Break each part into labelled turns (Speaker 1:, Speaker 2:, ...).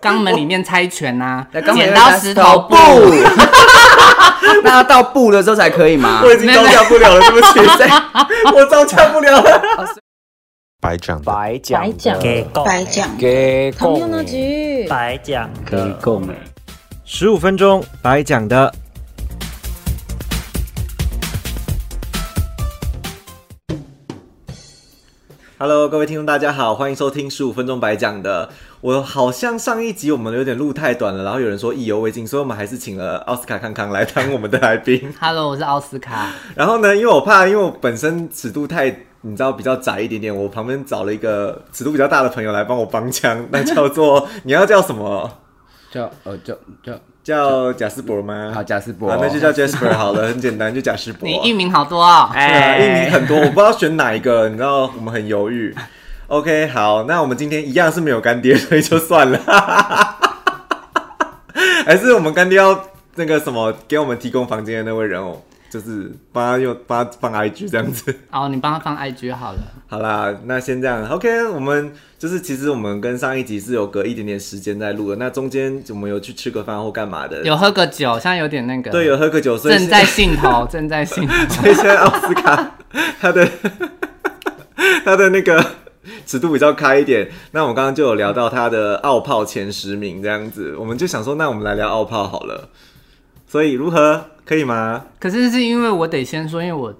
Speaker 1: 肛门里面猜拳呐、
Speaker 2: 对肛门里
Speaker 1: 剪
Speaker 2: 面
Speaker 1: 刀
Speaker 2: 猜哦
Speaker 1: 石头布，
Speaker 2: 那要到布的时候才可以吗？
Speaker 3: 我已经招架不了了，对不起，我招架不了了。
Speaker 4: 白讲的
Speaker 5: 白讲的
Speaker 6: 白讲
Speaker 7: 给够，
Speaker 8: 白讲，
Speaker 5: 给
Speaker 8: 同
Speaker 5: 共
Speaker 8: 用的局，
Speaker 7: 白讲
Speaker 5: 给共哎，
Speaker 9: 十五分钟白讲的。
Speaker 3: Hello，各位听众，大家好，欢迎收听十五分钟白讲的。我好像上一集我们有点录太短了，然后有人说意犹未尽，所以我们还是请了奥斯卡康康来当我们的来宾。
Speaker 1: Hello，我是奥斯卡。
Speaker 3: 然后呢，因为我怕，因为我本身尺度太，你知道比较窄一点点，我旁边找了一个尺度比较大的朋友来帮我帮腔，那 叫做你要叫什么？
Speaker 2: 就呃就就
Speaker 3: 叫贾斯伯吗？
Speaker 2: 好贾斯伯
Speaker 3: 啊，那就叫 Jasper 好了，很简单，就贾斯伯。
Speaker 1: 你艺名好多哦，
Speaker 3: 哎，艺名很多，我不知道选哪一个，你知道我们很犹豫。OK，好，那我们今天一样是没有干爹，所以就算了。 还是我们干爹要那个什么，给我们提供房间的那位人偶，就是帮他用帮他放 IG 这样子。
Speaker 1: 哦，你帮他放 IG 好了。
Speaker 3: 好啦，那先这样，OK。我们就是其实我们跟上一集是有隔一点点时间在录的，那中间我们有去吃个饭或干嘛的，
Speaker 1: 有喝个酒，现在有点那个。
Speaker 3: 对有喝个酒，所以
Speaker 1: 正在兴头， 正在兴头。
Speaker 3: 所以现在奥斯卡 他的他的那个尺度比较开一点。那我们刚刚就有聊到他的奥炮前十名这样子，我们就想说，那我们来聊奥炮好了。所以如何可以吗？
Speaker 1: 可是是因为我得先说，因为我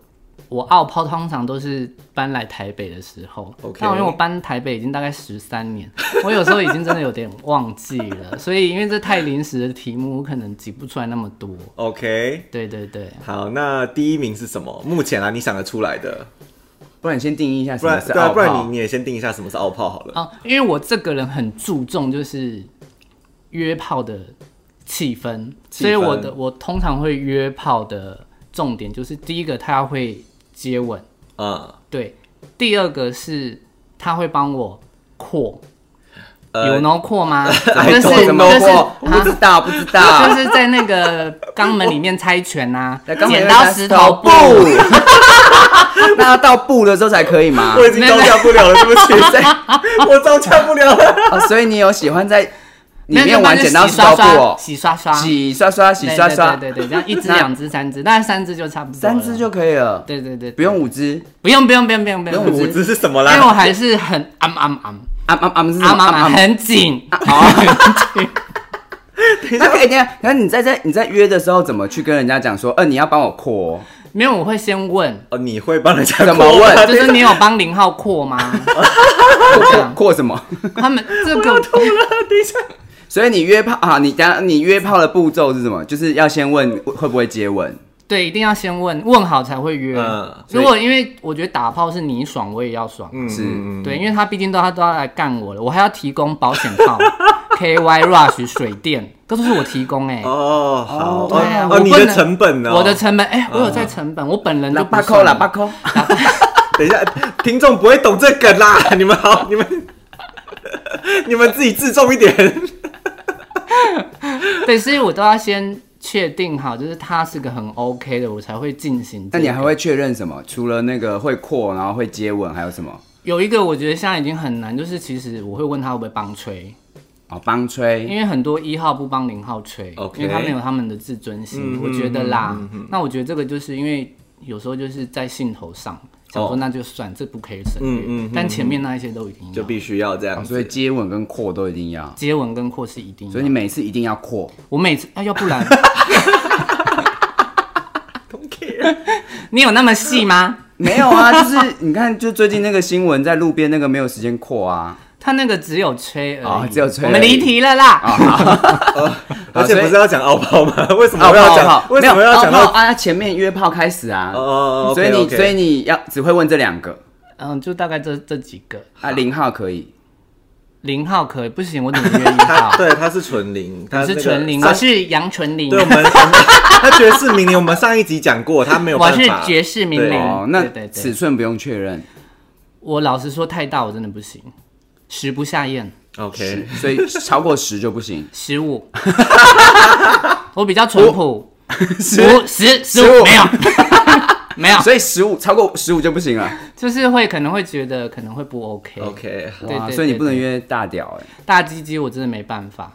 Speaker 1: 我澳泡通常都是搬来台北的时候
Speaker 3: OK
Speaker 1: 但我因为我搬台北已经大概十三年，我有时候已经真的有点忘记了，所以因为这太临时的题目，我可能挤不出来那么多。
Speaker 3: ？OK，
Speaker 1: 对对对，
Speaker 3: 好，那第一名是什么？目前啊，你想得出来的，
Speaker 2: 不然你先定义一下什
Speaker 3: 不
Speaker 2: 么
Speaker 3: 然
Speaker 2: 是
Speaker 3: 对啊，
Speaker 2: 奥
Speaker 3: 不然
Speaker 2: 炮
Speaker 3: 你你也先定一下什么是奥炮好了。
Speaker 1: 哦，因为我这个人很注重就是约炮的气氛，
Speaker 3: 气
Speaker 1: 所以我
Speaker 3: 氛
Speaker 1: 的我通常会约炮的重点就是第一个他会接吻，
Speaker 3: 啊、
Speaker 1: 对，第二个是他会帮我扩。
Speaker 3: 呃
Speaker 1: 有挠扩 吗？
Speaker 2: 哎
Speaker 1: 就是就
Speaker 2: 懂
Speaker 1: 是
Speaker 2: 怎么过？我不知
Speaker 1: 啊
Speaker 2: 道，不知道。
Speaker 1: 就是在那个肛门里面猜拳呐、
Speaker 2: 在肛门里
Speaker 1: 剪
Speaker 2: 面
Speaker 1: 刀
Speaker 2: 猜
Speaker 1: 石头布。
Speaker 2: 那要到布的时候才可以吗
Speaker 3: 我？已经招架不了了，对不起，我招架不了了。
Speaker 2: 哦，所以你有喜欢在里
Speaker 1: 没有
Speaker 2: 面玩剪刀石头布哦？
Speaker 1: 洗刷刷，洗
Speaker 2: 洗刷刷，洗
Speaker 1: 刷刷
Speaker 2: 刷刷，
Speaker 1: 对对对对，这样一只、
Speaker 2: 那
Speaker 1: 两只、三只，大概三只就差不多了。
Speaker 2: 三只就可以了，
Speaker 1: 对对对，
Speaker 2: 不用五只。
Speaker 1: 不用不用不用不用不用
Speaker 2: 不用
Speaker 3: 五只是什么
Speaker 1: 因为我
Speaker 3: 啦？
Speaker 1: 还是很昂昂昂
Speaker 2: 啊啊啊！是什
Speaker 1: 昂
Speaker 2: 么？
Speaker 1: 昂昂
Speaker 2: 啊啊！
Speaker 1: 很紧。
Speaker 2: 那可以这样，可是你在在你在约的时候怎么去跟人家讲说，呃，你要帮我 扩哦？
Speaker 1: 没有，我会先问，
Speaker 3: 哦，你会帮人家
Speaker 2: 怎么
Speaker 3: 过
Speaker 2: 问
Speaker 3: 吗
Speaker 1: 就是你有帮零号扩吗？ 这
Speaker 2: 扩
Speaker 1: 样
Speaker 2: 扩什么？
Speaker 1: 他们这个
Speaker 2: 所以你约炮啊，你等下你约炮的步骤是什么？就是要先问会不会接吻，
Speaker 1: 对，一定要先问问好才会约。
Speaker 3: 嗯
Speaker 1: 如果因为我觉得打炮是你爽，我也要爽。
Speaker 3: 嗯
Speaker 2: 是
Speaker 3: 嗯嗯
Speaker 1: 对，因为他毕竟都他都要来干我了，我还要提供保险 套、KY Rush 水电，都是我提供哎、
Speaker 3: 哦，好，
Speaker 1: 对啊
Speaker 3: 哦
Speaker 1: 我
Speaker 3: 哦，你
Speaker 1: 不
Speaker 3: 的
Speaker 1: 能
Speaker 3: 成本呢？嗯
Speaker 1: 我的成本哎、我有在成本，我本人就
Speaker 2: 喇
Speaker 1: 不
Speaker 2: 叭
Speaker 1: 是
Speaker 2: 扣喇叭 扣，
Speaker 3: 等一下，听众不会懂这梗啦， 你们好，你们你们自己自重一点。
Speaker 1: 对，所以我都要先确定好，就是他是个很 OK 的，我才会进行、
Speaker 2: 那你还会确认什么？除了那个会扩，然后会接吻，还有什么？
Speaker 1: 有一个我觉得现在已经很难，就是其实我会问他会不会帮吹，
Speaker 2: 哦，帮吹，
Speaker 1: 因为很多一号不帮零号吹
Speaker 3: OK
Speaker 1: 因为他们有他们的自尊心，
Speaker 3: 嗯
Speaker 1: 我觉得啦、
Speaker 3: 嗯嗯嗯
Speaker 1: 那我觉得这个就是因为有时候就是在兴头上，想说那就算、这不可以省略、
Speaker 3: 嗯嗯嗯
Speaker 1: 但前面那一些都一定要，
Speaker 3: 就必须要这样，
Speaker 2: 所以接吻跟扩都一定要，
Speaker 1: 接吻跟扩是一定要。
Speaker 2: 所以你每次一定要扩。
Speaker 1: 我每次啊，要不然你有那么细吗？
Speaker 2: 没有啊，就是 你看，就最近那个新闻，在路边那个没有时间扩啊，
Speaker 1: 他那个只有吹而
Speaker 2: 哦
Speaker 1: 已，
Speaker 2: 只有吹
Speaker 1: 我们
Speaker 2: 而已
Speaker 1: 离题了啦。
Speaker 3: 而且不是要讲奥炮吗？为什么
Speaker 2: 哦，
Speaker 3: 要
Speaker 2: 好
Speaker 3: 讲？
Speaker 2: 好，
Speaker 3: 为
Speaker 2: 没
Speaker 3: 什
Speaker 2: 有
Speaker 3: 么要讲
Speaker 2: 哦好
Speaker 3: 到？
Speaker 2: 啊？前面约炮开始啊，
Speaker 3: 哦哦哦
Speaker 2: 所以你
Speaker 3: OK，OK
Speaker 2: 所以你要只会问这两个
Speaker 1: 嗯，就大概这这几个。
Speaker 2: 啊，零号可以，
Speaker 1: 零号可以，不行，我只约一号
Speaker 3: 他。对，他是纯零，他
Speaker 1: 我是
Speaker 3: 那个
Speaker 1: 纯零，
Speaker 3: 上
Speaker 1: 我是杨纯零啊
Speaker 3: 对，，我们我们他爵士名伶，我们上一集讲过，他没有
Speaker 1: 我
Speaker 3: 办
Speaker 1: 是
Speaker 3: 法。
Speaker 1: 爵士名
Speaker 3: 对
Speaker 1: 伶。
Speaker 2: 哦，那
Speaker 1: 对对
Speaker 2: 尺
Speaker 1: 对，
Speaker 2: 寸不用确认，
Speaker 1: 我老实说太大我真的不行，食不下咽，。
Speaker 3: OK，
Speaker 2: 所以超过十就不行
Speaker 1: 十五。我比较淳朴，
Speaker 2: 十
Speaker 1: 五十十
Speaker 2: 15
Speaker 1: 五没有。没有，
Speaker 2: 所以十五超过十五就不行了。
Speaker 1: 就是会可能会觉得可能会不 OK。
Speaker 3: OK，
Speaker 1: 对对
Speaker 2: 哇，
Speaker 1: 对
Speaker 2: 所以你不能
Speaker 1: 对
Speaker 2: 约大屌哎、
Speaker 1: 大鸡鸡，我真的没办法。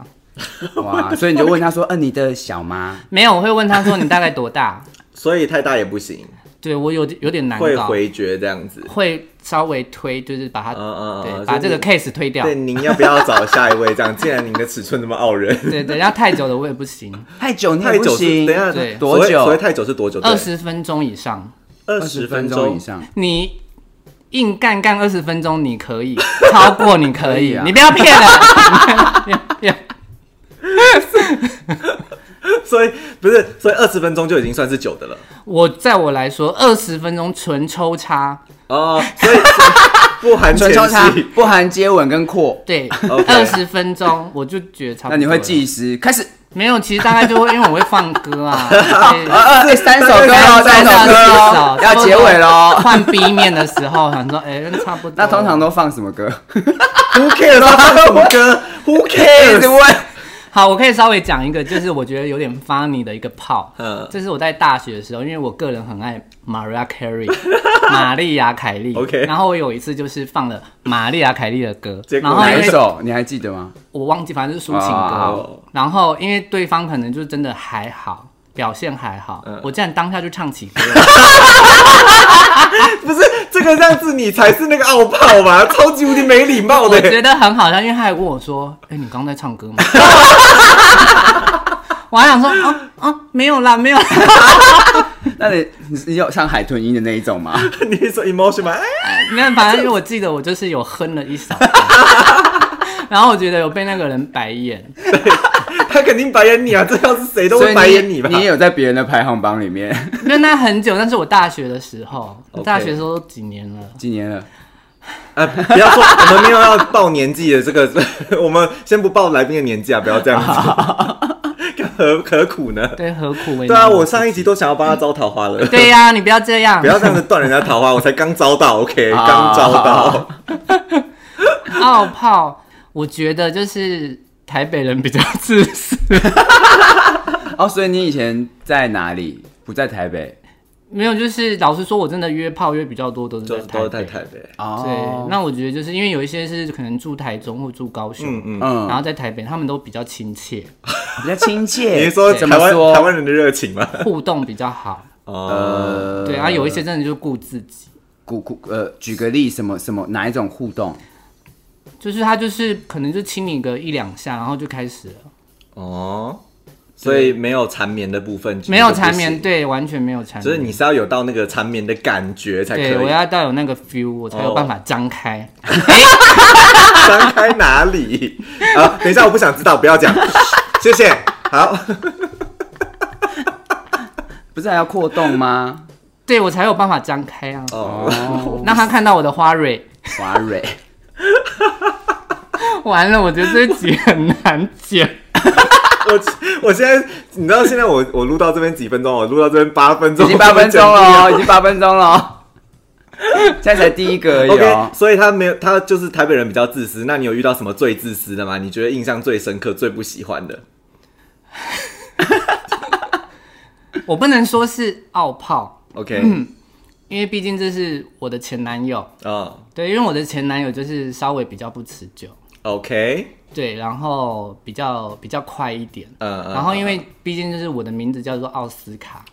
Speaker 2: 哇，所以你就问他说，呃，你的小吗？
Speaker 1: 没有，我会问他说你大概多大？
Speaker 3: 所以太大也不行，
Speaker 1: 对我有有点难
Speaker 3: 会
Speaker 1: 搞，
Speaker 3: 回绝这样子。
Speaker 1: 会稍微推，就是把它
Speaker 3: 嗯嗯嗯
Speaker 1: 对
Speaker 3: 嗯
Speaker 1: 把
Speaker 3: 就
Speaker 1: 这
Speaker 3: 是
Speaker 1: 个 case 推掉。
Speaker 3: 对，您要不要找下一位？这样，既然您的尺寸那么傲人，
Speaker 1: 对对，然后太久了我也不行，
Speaker 2: 太久你也
Speaker 3: 太
Speaker 2: 不
Speaker 3: 久是
Speaker 2: 行，
Speaker 3: 等一下
Speaker 1: 对
Speaker 2: 多
Speaker 3: 所谓
Speaker 2: 久
Speaker 3: 所谓太久是多久？
Speaker 1: 二十分钟以上，
Speaker 3: 二
Speaker 2: 二十
Speaker 3: 十
Speaker 2: 分钟
Speaker 3: 钟
Speaker 2: 以。上。
Speaker 1: 你硬干干二十分钟你可以，超过你可
Speaker 2: 可以
Speaker 1: 以
Speaker 2: 啊，
Speaker 1: 你不要骗人你不要。
Speaker 3: 所以不是，所以二十分钟就已经算是久的了
Speaker 1: 我在我来说，二十分钟纯抽插，
Speaker 3: 哦。所以 不含前
Speaker 2: 纯抽插
Speaker 3: 戏，
Speaker 2: 不含接吻跟扩。
Speaker 1: 对，
Speaker 3: OK
Speaker 1: 二十分钟我就觉得差不多。
Speaker 2: 那你会？计时开始，
Speaker 1: 没有，其实大概就会，因为我会放歌啊， 对
Speaker 2: 呃呃，对，三首歌
Speaker 1: 大
Speaker 2: 喽，
Speaker 1: 概
Speaker 2: 三首
Speaker 1: 到
Speaker 2: 歌
Speaker 1: 至
Speaker 2: 喽
Speaker 1: 少，
Speaker 2: 要结尾喽。
Speaker 1: 换 B 面的时候，想说，哎、那差不多。
Speaker 2: 那通常都放什么歌？
Speaker 3: 哦 Who cares？他唱什么歌？Who
Speaker 2: 一直
Speaker 3: cares？
Speaker 2: 问。
Speaker 1: 好，我可以稍微讲一个，就是我觉得有点 funny 的一个炮。
Speaker 3: 嗯
Speaker 1: 这是我在大学的时候，因为我个人很爱 Maria Carey，玛丽亚凯莉。
Speaker 3: OK
Speaker 1: 然后我有一次就是放了玛丽亚凯莉的歌，
Speaker 3: 结果
Speaker 1: 然后
Speaker 2: 哪
Speaker 1: 因
Speaker 2: 一
Speaker 1: 为
Speaker 2: 首你还记得吗？
Speaker 1: 我忘记，反正就是抒情歌。
Speaker 3: 哦
Speaker 1: 然后因为对方可能就真的还好，表现还好，
Speaker 3: 嗯
Speaker 1: 我竟然当下就唱起 歌了。
Speaker 3: 不是这个样子，你才是那个傲炮吧？超级无敌没礼貌
Speaker 1: 我
Speaker 3: 的。
Speaker 1: 觉得很好笑，因为他还问我说：“哎、你刚刚在唱歌吗？” 我还想说：“啊啊，没有啦，没有啦。
Speaker 2: 那你你你有唱海豚音的那一种 吗？
Speaker 3: 你是说 emotion 吗？哎”
Speaker 1: 没有， 反正因为我记得我就是有哼了一首，然后我觉得有被那个人白眼，
Speaker 3: 他肯定白眼你啊！这要是谁都
Speaker 2: 所
Speaker 3: 会
Speaker 2: 以
Speaker 3: 白眼吧？
Speaker 2: 你也有在别人的排行榜里面。
Speaker 1: 没有那很久，那是我大学的时候
Speaker 3: OK
Speaker 1: 大学的时候都几年了。
Speaker 2: 今年了，
Speaker 3: 呃，不要说我们没有要报年纪的这个， 我们先不报来宾的年纪啊，不要这样子， 何何苦呢？
Speaker 1: 对，何苦为难？
Speaker 3: 对啊，我上一集都想要帮他招桃花了，
Speaker 1: 对啊呀、你不要这样，
Speaker 3: 不要这样 子断人家桃花，我才刚招到，OK，
Speaker 2: 啊
Speaker 3: 刚招到，
Speaker 1: 奥炮，我觉得就是台北人比较自私。
Speaker 2: 哦，所以你以前在哪里？不在台北
Speaker 1: 没有，就是老实说，我真的约炮约比较多都是在
Speaker 3: 就
Speaker 1: 台
Speaker 3: 都在
Speaker 1: 北
Speaker 3: 台北，
Speaker 2: 哦
Speaker 1: 对，。那我觉得就是因为有一些是可能住台中或住高雄，
Speaker 3: 嗯嗯，
Speaker 2: 嗯
Speaker 1: 然后在台北，他们都比较亲切，
Speaker 2: 比较亲切。
Speaker 3: 你是说
Speaker 2: 怎
Speaker 3: 台
Speaker 2: 么
Speaker 3: 湾
Speaker 2: 说？
Speaker 3: 台湾人的热情吗？
Speaker 1: 互动比较好。呃
Speaker 3: 哦，
Speaker 1: 对，然后有一些真的就顾自己，
Speaker 2: 古古呃，举个例，什么什么哪一种互动？
Speaker 1: 就是他就是可能就亲你个一两下，然后就开始了，
Speaker 3: 哦，所以没有缠绵的部分，
Speaker 1: 没有缠绵，
Speaker 3: 对，
Speaker 1: 对，完全没有缠
Speaker 3: 就是
Speaker 1: 绵。
Speaker 3: 你是要有到那个缠绵的感觉才可
Speaker 1: 对，我
Speaker 3: 以，哦
Speaker 1: 要到有那个 feel，我才有办法张开。
Speaker 3: 张开哪里？ 啊，等一下，我不想知道，不要讲，谢谢，好。
Speaker 2: 不是还要扩动 吗？
Speaker 1: 对我才有办法张开啊，
Speaker 3: 哦，
Speaker 2: 哦，
Speaker 1: 让他看到我的花蕊。
Speaker 2: 华蕊，
Speaker 1: 完了，我觉得这一集很难剪。
Speaker 3: 我我现在你知道现在我我录到这边几分钟？我哦录到这边八分钟，
Speaker 2: 已经八分钟了
Speaker 3: 啊
Speaker 2: 哦，已经八分钟了哦。现在才第一个而已哦
Speaker 3: OK，。所以他没有，他就是台北人比较自私。那你有遇到什么最自私的吗？你觉得印象最深刻、最不喜欢的？
Speaker 1: 我不能说是傲炮，
Speaker 3: OK，
Speaker 1: 嗯因为毕竟这是我的前男友。
Speaker 3: 哦
Speaker 1: 对，因为我的前男友就是稍微比较不持久，
Speaker 3: ，OK，
Speaker 1: 对，然后比较比较快一点。
Speaker 3: 嗯嗯
Speaker 1: 然后因为毕竟就是我的名字叫做奥斯 卡，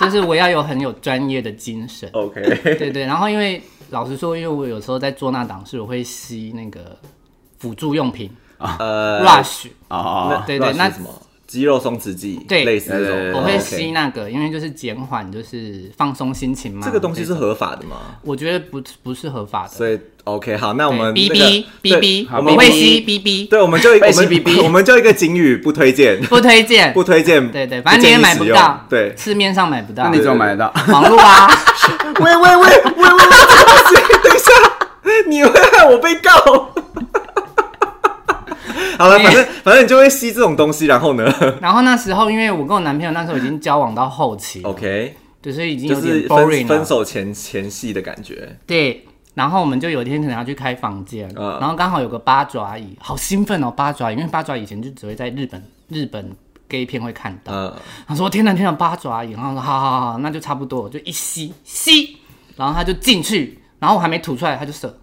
Speaker 1: 就是我要有很有专业的精神。
Speaker 3: OK，
Speaker 1: 对对，然后因为老实说，因为我有时候在做那档事，我会吸那个辅助用品、
Speaker 3: 呃
Speaker 1: rush，
Speaker 2: 哦，
Speaker 1: 对对
Speaker 3: 是
Speaker 1: 那
Speaker 3: 什么肌肉松弛剂，
Speaker 1: 对
Speaker 3: 类似这
Speaker 2: 对对对
Speaker 3: 种，
Speaker 1: 我会
Speaker 3: OK
Speaker 1: 吸。那个，因为就是减缓，就是放松心情嘛。
Speaker 3: 这个东西
Speaker 1: 对
Speaker 3: 是合法的吗？
Speaker 1: 我觉得不不是合法的。
Speaker 3: 所以 OK，好，那我
Speaker 1: 对
Speaker 3: 们
Speaker 1: 哔
Speaker 3: 那
Speaker 1: 哔
Speaker 3: 个
Speaker 1: 哔
Speaker 3: 对
Speaker 1: 哔，
Speaker 3: 我
Speaker 1: 我
Speaker 3: 们
Speaker 1: 们会吸哔哔，
Speaker 3: 对，我们就一我
Speaker 2: 贝西
Speaker 3: 们
Speaker 2: 哔哔
Speaker 3: 我们就一个警语，不推荐，
Speaker 1: 不推荐。
Speaker 3: 不推荐，
Speaker 1: 对对，反正你也
Speaker 3: 建议
Speaker 1: 买
Speaker 3: 使
Speaker 1: 不
Speaker 3: 用
Speaker 1: 到，
Speaker 3: 对，
Speaker 1: 市面上买不到
Speaker 2: 那，你怎么买得到？
Speaker 1: 网络啊，
Speaker 3: 喂喂喂喂喂喂，不行，等一下，你会害我被告。好了，
Speaker 1: 哎
Speaker 3: 反正反正你就会吸这种东西，然后呢
Speaker 1: 然后那时候，因为我跟我男朋友那时候已经交往到后期，
Speaker 3: ，OK，
Speaker 1: 对，所以已经
Speaker 3: 就
Speaker 1: 有点
Speaker 3: 是
Speaker 1: boring 啊
Speaker 3: 分
Speaker 1: 了
Speaker 3: 分。手前前戏的感觉。
Speaker 1: 对，然后我们就有一天可能要去开房间，
Speaker 3: 嗯
Speaker 1: 然后刚好有个八爪椅，好兴奋哦，八爪椅，因为八爪椅以前就只会在日本日本 gay 片会看到。
Speaker 3: 嗯，
Speaker 1: 他说天哪天哪八爪鱼，然后我说好好好好，那就差不多，我就一吸吸，然后他就进去，然后我还没吐出来他就射，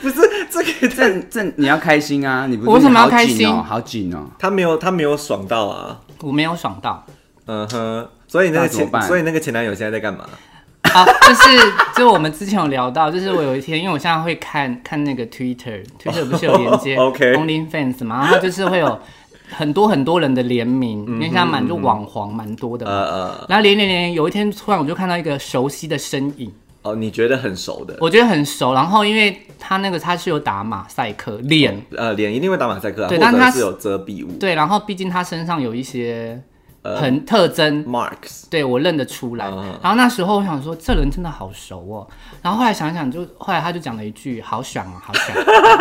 Speaker 3: 不是这个
Speaker 2: 这这你要开心啊！你不是
Speaker 1: 我为什么要
Speaker 2: 好紧
Speaker 1: 开心
Speaker 2: 哦好紧 哦，
Speaker 3: 他没有他没有爽到啊，
Speaker 1: 我没有爽到
Speaker 3: 嗯哼，所以那个
Speaker 2: 那怎么
Speaker 3: 前
Speaker 2: 办
Speaker 3: 所以那个前男友现在在干嘛？
Speaker 1: 啊，就是就我们之前有聊到，就是我有一天，因为我现在会看看那个 Twitter，Twitter 不是 有连接
Speaker 3: 哦 OK
Speaker 1: OnlyFans 嘛，然后就是会有很多很多人的联名，因为现在蛮
Speaker 3: 嗯
Speaker 1: 就网黄蛮多的嘛，
Speaker 3: 呃呃，
Speaker 1: 然后连连连，有一天突然我就看到一个熟悉的身影，
Speaker 3: 哦，你觉得很熟的，
Speaker 1: 我觉得很熟。然后因为他那个他是有打马赛克脸，
Speaker 3: 呃，脸一定会打马赛克啊，
Speaker 1: 对
Speaker 3: 或
Speaker 1: 但
Speaker 3: 者
Speaker 1: 他
Speaker 3: 是有遮蔽物
Speaker 1: 对，然后毕竟他身上有一些
Speaker 3: 呃
Speaker 1: 很特征，
Speaker 3: marks，
Speaker 1: 对我认得出来
Speaker 3: 嗯。
Speaker 1: 然后那时候我想说，这人真的好熟哦。然后后来想一想就，后来他就讲了一句：“好爽啊，好爽，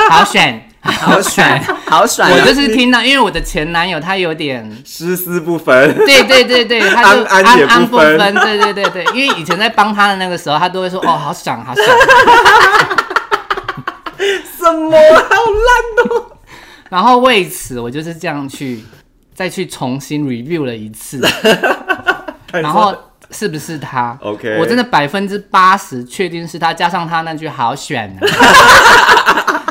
Speaker 1: 好爽， 好 爽。
Speaker 2: 好”
Speaker 3: 啊
Speaker 2: 爽
Speaker 1: 我就是听到，因为我的前男友他有点
Speaker 3: 丝丝不 分。
Speaker 1: 对对对对，他就
Speaker 3: 安安也
Speaker 1: 安不
Speaker 3: 不分
Speaker 1: 分，对对对对，因为以前在帮他的那个时候，他都会说哦好爽好爽，
Speaker 3: 什么啊？
Speaker 1: 然后为此我就是这样去再去重新 review 了一次，然后是不是他
Speaker 3: OK
Speaker 1: 我真的百分之八十确定是他，加上他那句好选、啊，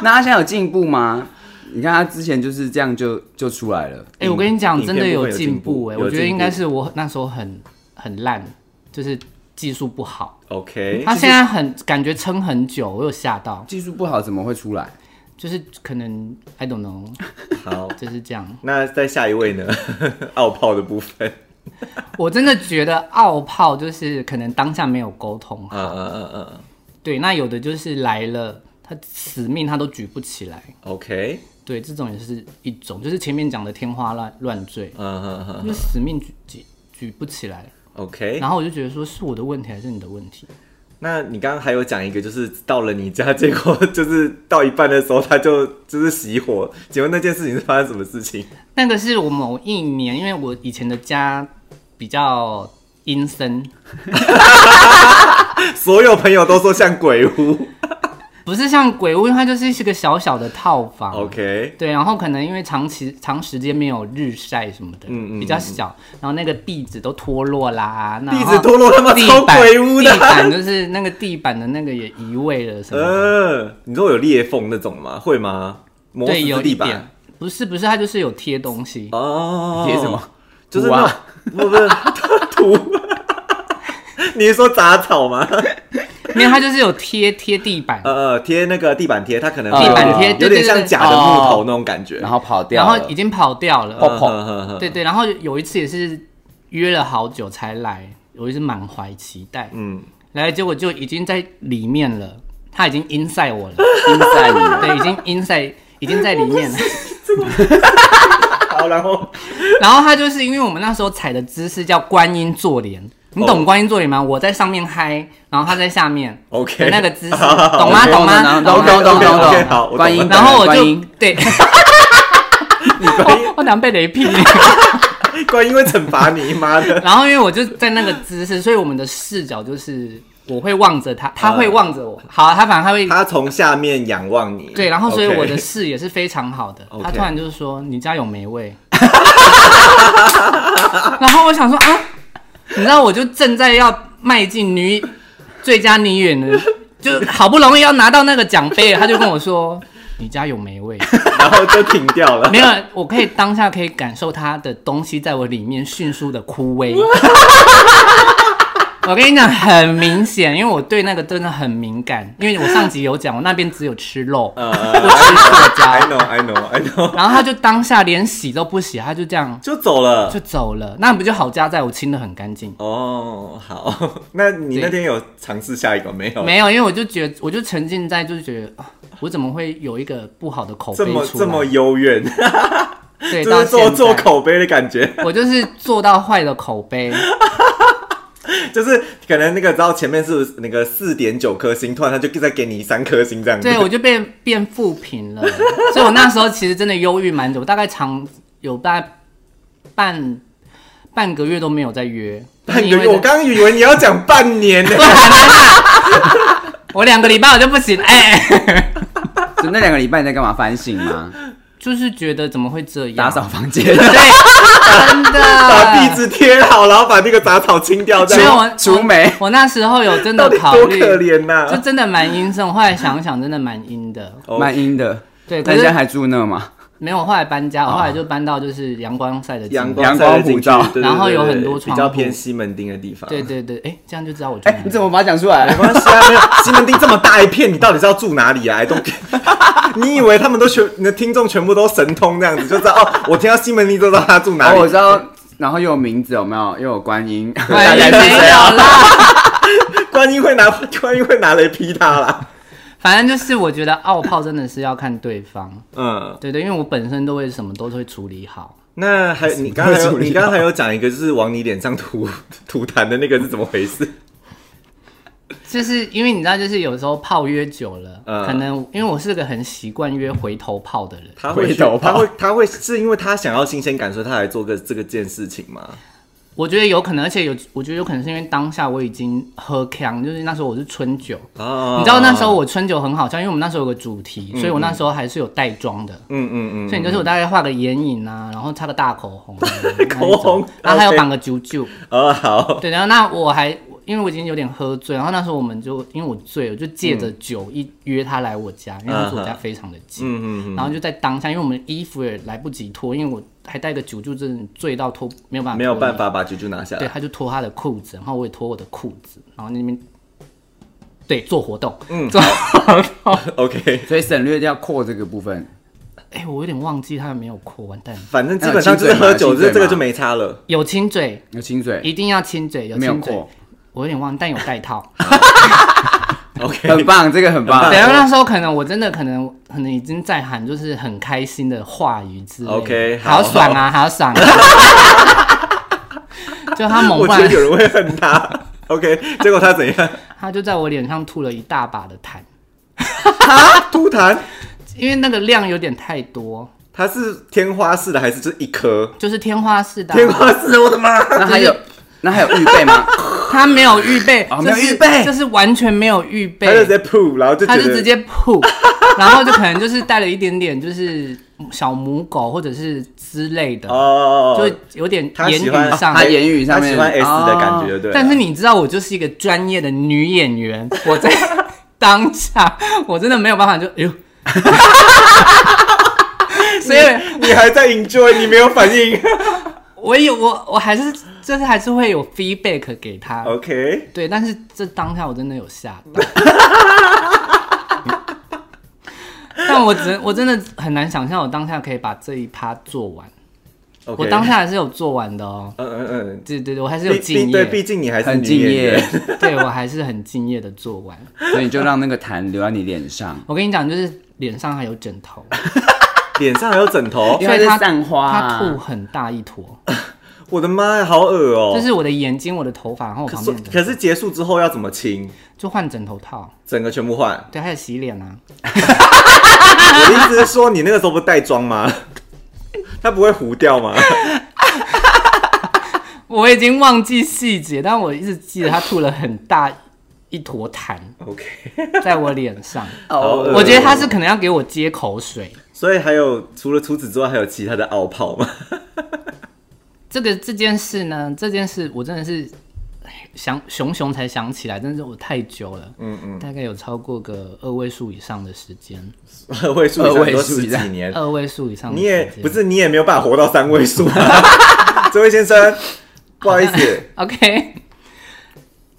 Speaker 2: 那他现在有进步吗？你看他之前就是这样就就出来了，
Speaker 1: 哎、我跟你讲，
Speaker 3: 影
Speaker 1: 真的
Speaker 3: 片部分有
Speaker 1: 进
Speaker 3: 进步
Speaker 1: 步哎、
Speaker 3: 有
Speaker 1: 我觉得
Speaker 3: 进
Speaker 1: 应该
Speaker 3: 步
Speaker 1: 是我那时候很很烂，就是技术不好，
Speaker 3: OK，
Speaker 1: 他现在很感觉撑很久，我有吓到，
Speaker 2: 技术不好怎么会出来？
Speaker 1: 就是可能 I don't know，
Speaker 3: 好，
Speaker 1: 就是这样。
Speaker 3: 那在下一位呢？ 奥炮的部分，
Speaker 1: 我真的觉得傲泡就是可能当下没有沟通好，
Speaker 3: 嗯嗯嗯嗯嗯
Speaker 1: 对，那有的就是来了，他死命他都举不起来，
Speaker 3: ，OK，
Speaker 1: 对，这种也是一种，就是前面讲的天花乱乱坠，
Speaker 3: 嗯嗯嗯
Speaker 1: 就死命举举举不起来，
Speaker 3: ，OK。
Speaker 1: 然后我就觉得说是我的问题还是你的问题，
Speaker 3: 那你刚刚还有讲一个，就是到了你家，结果就是到一半的时候，他就就是熄火。请问那件事情是发生什么事情？
Speaker 1: 那个是我某一年，因为我以前的家比较阴森，
Speaker 3: 所有朋友都说像鬼屋。
Speaker 1: 不是像鬼屋，因为它就是是个小小的套房
Speaker 3: OK，
Speaker 1: 对，然后可能因为长期长时间没有日晒什么的，
Speaker 3: 嗯嗯
Speaker 1: 比较小，然后那个壁纸都脱落啦，然
Speaker 3: 壁
Speaker 1: 后
Speaker 3: 纸脱落他妈
Speaker 1: 地
Speaker 3: 超
Speaker 1: 板
Speaker 3: 鬼屋
Speaker 1: 地
Speaker 3: 的。
Speaker 1: 板就是那个地板的那个也移位了什么的，
Speaker 3: 呃，你说有裂缝那种吗？会吗？磨
Speaker 1: 对，有
Speaker 3: 死
Speaker 1: 一
Speaker 3: 地
Speaker 1: 点
Speaker 3: 板。
Speaker 1: 不是不是，它就是有贴东西，
Speaker 3: 哦，
Speaker 2: 贴什么？
Speaker 3: 就是
Speaker 2: 土
Speaker 3: 那
Speaker 2: 啊
Speaker 3: 种不不是土。你是说杂草吗？
Speaker 1: 没有，它就是有贴贴地 板，
Speaker 3: 呃呃，贴那个地板贴，它可能
Speaker 2: 地板
Speaker 1: 贴
Speaker 3: 呃
Speaker 1: 对对
Speaker 3: 有点
Speaker 1: 对
Speaker 3: 像
Speaker 1: 对
Speaker 3: 假的木头那种感觉。
Speaker 2: 然后跑掉
Speaker 1: 然
Speaker 2: 了，
Speaker 1: 后已经跑掉了，
Speaker 2: 哦
Speaker 3: 嗯哼哼
Speaker 1: 对对，然后有一次也是约了好久才来，我一直满怀期待，
Speaker 3: 嗯，
Speaker 1: 来结果就已经在里面了，他已经 inside 我了。
Speaker 2: 经在你了。
Speaker 1: 对，已经 inside 已经在里面了。
Speaker 3: 好，然后
Speaker 1: 然后他就是因为我们那时候踩的姿势叫观音坐莲，你
Speaker 3: 哦
Speaker 1: 懂观音坐莲吗？我在上面嗨，然后他在下面
Speaker 3: OK，
Speaker 1: 的那个姿势，懂吗？懂吗？吗
Speaker 2: 懂懂懂懂
Speaker 1: 吗
Speaker 3: OK，好我懂了
Speaker 2: 观音，
Speaker 1: 然后我
Speaker 2: 观
Speaker 1: 就
Speaker 2: 音
Speaker 1: 对，
Speaker 3: 你观音
Speaker 1: 我我想被雷劈。
Speaker 3: 观音会惩罚你，妈的！
Speaker 1: 然后因为我就在那个姿势，所以我们的视角就是我会望着他，他会望着我。好，啊他反正他会
Speaker 3: 呃他从下面仰望你，
Speaker 1: 对，然后所以
Speaker 3: OK
Speaker 1: 我的视野是非常好的。
Speaker 3: OK
Speaker 1: 他突然就是说：“你家有霉 味。”然后我想说啊，你知道，我就正在要迈进女最佳女演员，就好不容易要拿到那个奖杯了，他就跟我说：“你家有霉味。
Speaker 3: 然后就停掉” 了
Speaker 1: 没。有，我可以当下可以感受他的东西在我里面迅速的枯萎。我跟你讲，很明显，因为我对那个真的很敏感，因为我上集有讲，我那边只有吃肉，
Speaker 3: 呃，
Speaker 1: 不吃塑胶
Speaker 3: ，I know I know I know，
Speaker 1: 然后他就当下连洗都不洗，他就这样
Speaker 3: 就走了
Speaker 1: 就。走了。那不就好加在我清的很干净？
Speaker 3: 哦，好， 那你那天有尝试下一个没有？
Speaker 1: 没有，因为我就觉得，我就沉浸在，就是觉得、啊我怎么会有一个不好的口碑
Speaker 3: 这么
Speaker 1: 出来？
Speaker 3: 这么幽怨，
Speaker 1: 对，
Speaker 3: 就是做
Speaker 1: 到
Speaker 3: 做
Speaker 1: 现在，
Speaker 3: 口碑的感觉，
Speaker 1: 我就是做到坏的口碑。
Speaker 3: 就是可能那个，知道前面是不是那个四点九颗星，突然他就再给你三颗星这样子。
Speaker 1: 对， 我就被变负评了， 所以我那时候其实真的忧郁蛮久，我大概长有大概半半个月都没有再约，
Speaker 3: 半
Speaker 1: 因
Speaker 3: 个
Speaker 1: 为
Speaker 3: 月，我刚以为你要讲 半年呢
Speaker 1: 不。然呢我两个礼拜我就不行，哎、
Speaker 2: 就那两个礼拜你在干嘛？反省吗？
Speaker 1: 就是觉得怎么会这样？
Speaker 2: 打扫房间，
Speaker 1: 对，真的
Speaker 3: 把壁纸贴好，然后把那个杂草清掉，这
Speaker 1: 没有
Speaker 3: 样
Speaker 1: 我
Speaker 2: 除霉
Speaker 1: 我我那时候有真
Speaker 3: 到
Speaker 1: 的
Speaker 3: 底
Speaker 1: 考
Speaker 3: 多
Speaker 1: 虑，
Speaker 3: 可怜啊呐、
Speaker 1: 就真的蛮阴森。我后来想想，真的蛮阴的。
Speaker 3: 哦
Speaker 2: 蛮阴的。
Speaker 1: 对，可
Speaker 2: 但现在
Speaker 1: 是
Speaker 2: 还住那嘛？
Speaker 1: 没有，我后来搬家，我后来就搬到就是阳光晒的地方
Speaker 3: 哦阳
Speaker 2: 阳光
Speaker 3: 光晒得进
Speaker 2: 普
Speaker 3: 去
Speaker 2: 照
Speaker 3: 对对对
Speaker 1: 然后有很多
Speaker 3: 对
Speaker 1: 窗
Speaker 3: 比较
Speaker 1: 户
Speaker 3: 偏西门町的地方。
Speaker 1: 对对对，哎，这样就知道我住
Speaker 2: 哎、
Speaker 1: 哪
Speaker 2: 你怎么把它讲出来
Speaker 3: 没？关系啊，没有西门町这么大一片，你到底是要住哪里啊？I don't care 你以为他们都全你的听众全部都神通这样子，就知道哦，我听到西门町就知道他住哪
Speaker 2: 哦，
Speaker 3: 里。
Speaker 2: 我知道，然后又有名字有没有？又有观音，
Speaker 1: 哎没有啦，
Speaker 3: 观音会拿观音会拿雷劈他啦。
Speaker 1: 反正就是我觉得奥炮真的是要看对方，
Speaker 3: 嗯，
Speaker 1: 对对，因为我本身都会什么都会处理好。
Speaker 3: 那还你刚才
Speaker 2: 什么
Speaker 3: 有
Speaker 2: 会处理啊
Speaker 3: 你刚才有讲一个就是往你脸上吐吐痰的那个是怎么 回事？
Speaker 1: 就是因为你知道，就是有时候泡约久了，
Speaker 3: 嗯
Speaker 1: 可能因为我是个很习惯约回头泡的人，
Speaker 3: 他会
Speaker 2: 回头吧
Speaker 3: 他会他会是因为他想要新鲜感，所以他来做个这个件事情吗？
Speaker 1: 我觉得有可能，而且有我觉得有可能是因为当下我已经喝呛，就是那时候我是春酒，
Speaker 3: 啊，
Speaker 1: 你知道那时候我春酒很好笑，因为我们那时候有个主题，所以我那时候还是有带妆的。
Speaker 3: 嗯嗯
Speaker 1: 所以你就是我大概画个眼影啊，然后擦个大口红 啊，那一种
Speaker 3: 口红
Speaker 1: 然后还有
Speaker 3: OK
Speaker 1: 绑个啾啾，
Speaker 3: 嗯， 哦好，
Speaker 1: 对，然后那我还因为我已经有点喝醉，然后那时候我们就因为我醉了，就借着酒一约他来我家，因为那时候我家非常的近，
Speaker 3: 嗯嗯嗯
Speaker 1: 然后就在当下，因为我们衣服也来不及脱，因为我还带个酒就真的醉到脱，没有办法，
Speaker 3: 嗯，没有办。法把啾啾拿下
Speaker 1: 对，
Speaker 3: 来。
Speaker 1: 他就脱他的裤子，然后我也脱我的裤子，然后那边对做活动，嗯，做啊
Speaker 3: OK，
Speaker 2: 所以省略掉扩这个部分。
Speaker 1: 哎、我有点忘记他们没有扩，完蛋了，
Speaker 3: 反正基本上就是喝酒，这这个就没差了。
Speaker 1: 有亲嘴，
Speaker 2: 有清水，
Speaker 1: 一定要亲嘴，有
Speaker 2: 没有
Speaker 1: 亲嘴
Speaker 2: 扩，，
Speaker 1: 我有点忘，但有戴套。
Speaker 2: 很
Speaker 1: 哎
Speaker 3: OK，
Speaker 2: 棒，这个很棒。
Speaker 1: 啊对，然后那时候可能我真的可能可能已经在喊就是很开心的话语之类的
Speaker 3: OK，好
Speaker 1: 好爽啊，好 爽啊！就他猛
Speaker 3: 我觉
Speaker 1: 灌
Speaker 3: 得，有人会恨他。OK，结果 他怎 样？
Speaker 1: 他就在我脸上吐了一大把的痰，啊
Speaker 3: 吐痰？
Speaker 1: 因为那个量有点太多，
Speaker 3: 他是天花式的还是就是一 颗？
Speaker 1: 就是天花式的啊、
Speaker 3: 天花式的，我的妈！
Speaker 2: 那还有，那还有预备吗？
Speaker 1: 他没有预 备，
Speaker 2: 啊
Speaker 1: 这
Speaker 2: 没有
Speaker 1: 是
Speaker 2: 预备
Speaker 1: 这是完全没有预
Speaker 3: 他就
Speaker 1: 备
Speaker 3: 直，接噗，然后就觉
Speaker 1: 他
Speaker 3: 得
Speaker 1: 就直接噗， 然后就可能就是带了一点点就是小母狗或者是之类的，
Speaker 3: 哦，
Speaker 1: 就有点
Speaker 3: 他
Speaker 1: 言
Speaker 3: 喜欢
Speaker 1: 语上
Speaker 2: 他言语上
Speaker 3: 他
Speaker 2: 面
Speaker 3: 喜欢 S 的感觉，
Speaker 2: 哦
Speaker 3: 对。
Speaker 1: 但是你知道，我就是一个专业的女演员，我在当下我真的没有办法就，哎 呦，所以
Speaker 3: 你还在 enjoy，你没有反 应。
Speaker 1: 我有我我还是就是还是会有 feedback 给他，
Speaker 3: 哦 OK，
Speaker 1: 对，但是这当下我真的有吓 到。但我真我真的很难想象，我当下可以把这一趴做完。我当下还是有做完的哦，
Speaker 3: 嗯嗯嗯，
Speaker 1: 对对对，我还是有
Speaker 3: 毕
Speaker 1: 敬
Speaker 3: 毕对，
Speaker 1: 业，
Speaker 3: 毕竟你 还是
Speaker 2: 很
Speaker 3: 女
Speaker 2: 敬
Speaker 3: 演员
Speaker 2: 业，
Speaker 1: 对我还是很敬业的做完。
Speaker 2: 所以你就让那个痰留在你脸上，
Speaker 1: 我跟你讲，就是脸上还有枕 头，
Speaker 3: 脸上还有枕头，
Speaker 2: 因
Speaker 1: 所
Speaker 2: 为
Speaker 1: 以它
Speaker 2: 它是散花
Speaker 1: 它
Speaker 2: 啊，
Speaker 1: 吐很大一坨，
Speaker 3: 我的妈呀，好恶哦、
Speaker 1: 就。是嗯我的眼睛、我的头发，然后我
Speaker 3: 可
Speaker 1: 旁
Speaker 3: 是
Speaker 1: 边的
Speaker 3: 可是结束之后要怎么清？
Speaker 1: 就换枕头套，
Speaker 3: 整个全部换。
Speaker 1: 对，还有洗脸啊，
Speaker 3: 我的意思是说，你那个时候不带妆吗？ 它不会糊 掉吗？
Speaker 1: 我已经忘记细节，但我一直记得他吐了很大一坨痰
Speaker 3: OK，
Speaker 1: 在我脸上，
Speaker 3: 好恶
Speaker 1: 我觉得他是可能要给我接口水。
Speaker 3: 所以还有除了除此之外，还有其他的奥泡吗？
Speaker 1: 这个这件事呢，这件事我真的是哎想熊熊才想起来，真的是我太久了，嗯嗯，大概有超过个二位数以上的时间，
Speaker 3: 二位数以上
Speaker 2: 二位
Speaker 3: 都
Speaker 2: 数
Speaker 3: 十
Speaker 2: 以
Speaker 3: 几
Speaker 2: 上
Speaker 3: 年，
Speaker 1: 二位数以上的
Speaker 3: 哎你
Speaker 1: 时间，
Speaker 3: 也不是你也没有办法活到三位数啊， 这位先生，不好意思，
Speaker 1: OK，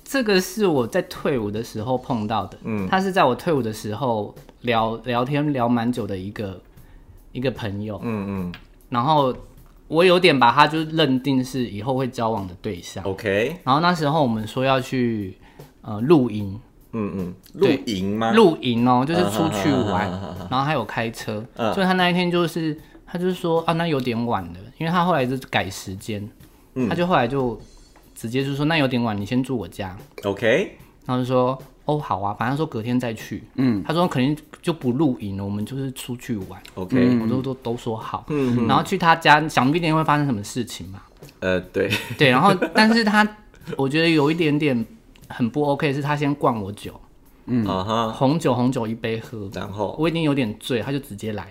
Speaker 1: 这个是我在退伍的时候碰到的。嗯，他是在我退伍的时候聊聊天聊蛮久的一个一个朋友。嗯嗯，然后我有点把他就是认定是以后会交往的对象。
Speaker 3: OK，
Speaker 1: 然后那时候我们说要去呃露营，
Speaker 3: 嗯嗯，露
Speaker 1: 对
Speaker 3: 营吗？
Speaker 1: 露营哦，就是出去玩
Speaker 3: 啊啊啊啊啊啊，
Speaker 1: 然后还有开车，
Speaker 3: 嗯
Speaker 1: 所以他那一天就是他就是说啊，那有点晚了，因为他后来就改时间，
Speaker 3: 嗯
Speaker 1: 他就后来就直接就说那有点晚，你先住我家，
Speaker 3: OK，
Speaker 1: 然后就说哦好啊，反正说隔天再去，嗯，他说肯定就不露营了，我们就是出去玩嗯
Speaker 3: OK 嗯
Speaker 1: 我都都都说好，然后去他家，想必一定会发生什么事情嘛，
Speaker 3: 呃，对，
Speaker 1: 对，然后 但是他我觉得有一点点很不 OK，是他先灌我酒，
Speaker 3: 啊哈，
Speaker 1: 嗯红酒红酒一杯喝，
Speaker 3: 然后
Speaker 1: 我已经有点醉，他就直接来，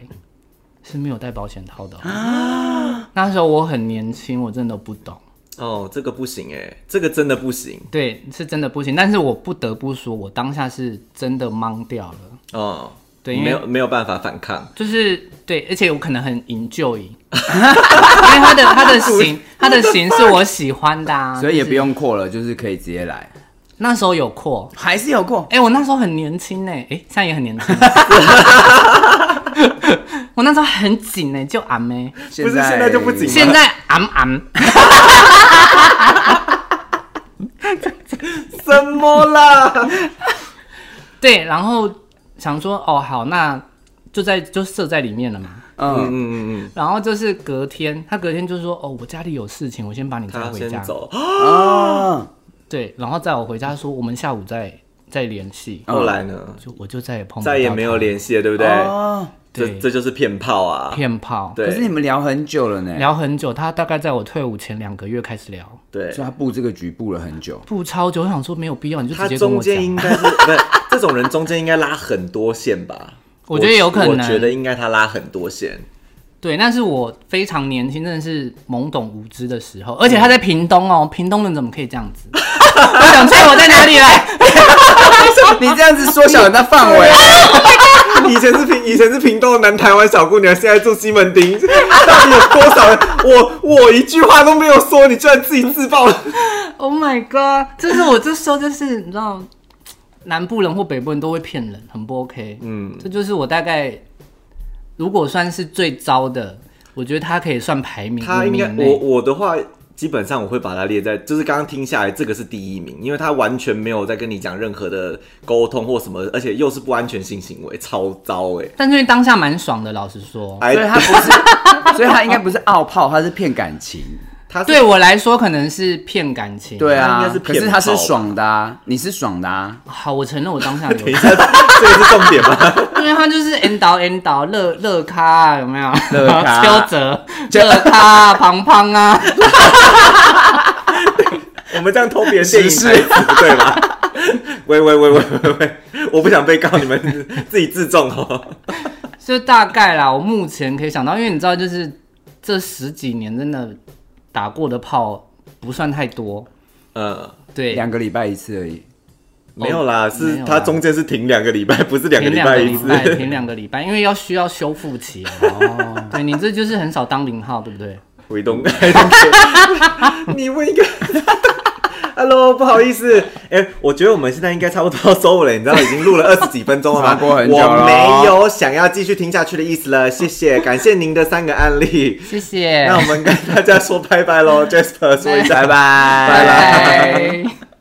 Speaker 1: 是没有带保险套的、哦。
Speaker 3: 啊
Speaker 1: 那时候我很年轻，我真的都不懂。
Speaker 3: 哦，这个不行哎、这个真的不行
Speaker 1: 对，是真的不行。但是我不得不说，我当下是真的懵掉了。
Speaker 3: 哦，
Speaker 1: 对，因
Speaker 3: 没
Speaker 1: 为
Speaker 3: 有没有办法反 抗。
Speaker 1: 就是对，而且我可能很营救营，因为他的他的型他的型是我喜欢的、啊，
Speaker 2: 所以也不
Speaker 1: 就是
Speaker 2: 用扩了，就是可以直接来，
Speaker 1: 那时候有扩。
Speaker 2: 还是有扩。
Speaker 1: 哎、我那时候很年轻呢、哎、现在也很年轻。 我那时候很紧呢、就俺妹，
Speaker 2: 不
Speaker 3: 不是现在就不紧
Speaker 1: 现在俺俺，
Speaker 3: 什么啦？
Speaker 1: 对，然后想说哦好，那就在就设在里面了嘛。
Speaker 2: 嗯，
Speaker 3: 嗯嗯嗯，
Speaker 1: 然后就是隔天，他隔天就说：“哦，我家里有事情，我先把你
Speaker 3: 他
Speaker 1: 载
Speaker 3: 要
Speaker 1: 回家
Speaker 3: 先。走，
Speaker 2: 哦，”
Speaker 1: 对，然后载我回家说：“我们下午再再联系。
Speaker 3: 哦后来呢？
Speaker 1: 就我就再也碰不到
Speaker 3: 再也没有
Speaker 1: 他
Speaker 3: 联系了，对不对？
Speaker 2: 哦，
Speaker 3: 这
Speaker 1: 对
Speaker 3: 这就是骗炮啊！
Speaker 1: 骗炮，
Speaker 3: 对，
Speaker 2: 可是你们聊很久了呢，
Speaker 1: 聊很久。他大概在我退伍前两个月开始聊，
Speaker 3: 对
Speaker 2: 所以他布这个局布了很久。
Speaker 1: 不超久。我想说没有必要，你就
Speaker 3: 他
Speaker 1: 直接跟
Speaker 3: 中
Speaker 1: 我
Speaker 3: 间应
Speaker 1: 讲。
Speaker 3: 该是不是 这种人中间应该拉很多线吧？
Speaker 1: 我觉得有可能
Speaker 3: 我觉得应该他拉很多线。
Speaker 1: 对，那是我非常年轻，真的是懵懂无知的时候。而且他在屏东哦，屏东人怎么可以这样子？ 我想猜我在哪里来？
Speaker 2: 你这样子缩小人家范 围，
Speaker 3: 以前是平以前是平东的南台湾小姑娘，现在住西门町， 到底有多少人？我我一句话都没有说，你居然自己自爆了。
Speaker 1: Oh my god！这是我这时候就是你知道，南部人或北部人都会骗人，很不 OK。嗯，这就是我大概如果算是最糟的，我觉得他可以算排名
Speaker 3: 他
Speaker 1: 五
Speaker 3: 应该
Speaker 1: 名
Speaker 3: 我
Speaker 1: 内。
Speaker 3: 我的话。基本上我会把它列在，就是刚刚听下来，这个是第一名，因为他完全没有在跟你讲任何的沟通或什么，而且又是不安全性行为，超糟哎、
Speaker 1: 但是当下蛮爽的，老实说。
Speaker 3: 哎
Speaker 2: 所以他不是，所以他应该不是傲泡，他是骗感情。
Speaker 3: 他
Speaker 1: 对我来说可能是骗感情。
Speaker 2: 对
Speaker 3: 他
Speaker 2: 啊
Speaker 3: 应该是，
Speaker 2: 可
Speaker 3: 骗炮吧
Speaker 2: 是他是爽的啊，你是爽的啊，
Speaker 1: 好，我承认我当下有，
Speaker 3: 等一下，这个是重点 吗？
Speaker 1: 因为他就是 N 导 N 导乐乐咖啊有没有？
Speaker 2: 乐咖
Speaker 1: 邱泽乐咖啊庞庞啊，
Speaker 3: 我们这样偷别人电影台词对吧？喂喂喂喂喂喂，我不想被告，你们自己自重哦。
Speaker 1: 就大概啦。我目前可以想到，因为你知道，就是这十几年真的打过的炮不算太多，
Speaker 3: 呃，
Speaker 1: 对，
Speaker 2: 两个礼拜一次而已。
Speaker 3: 没有啦，
Speaker 1: 哦没有
Speaker 3: 是
Speaker 1: 啦
Speaker 3: 他中间是停两个礼拜，不是两个
Speaker 1: 停
Speaker 3: 礼
Speaker 1: 两个
Speaker 3: 拜一
Speaker 1: 礼拜，
Speaker 3: 次。
Speaker 1: 停两个礼拜，因为要需要修复期啊。哦，对你这就是很少当零号，对不对？
Speaker 3: 回东， 你问一个。Hello，不好意思，哎、我觉得我们现在应该差不多要收尾了，你知道已经录了二十几分钟了吗？
Speaker 2: 超过很久了
Speaker 3: 我没有想要继续听下去的意思了，谢 谢，感谢您的三个案例。
Speaker 1: 谢谢，
Speaker 3: 那我们跟大家说拜拜喽，Jasper 说一下
Speaker 2: 拜拜，
Speaker 1: 拜拜。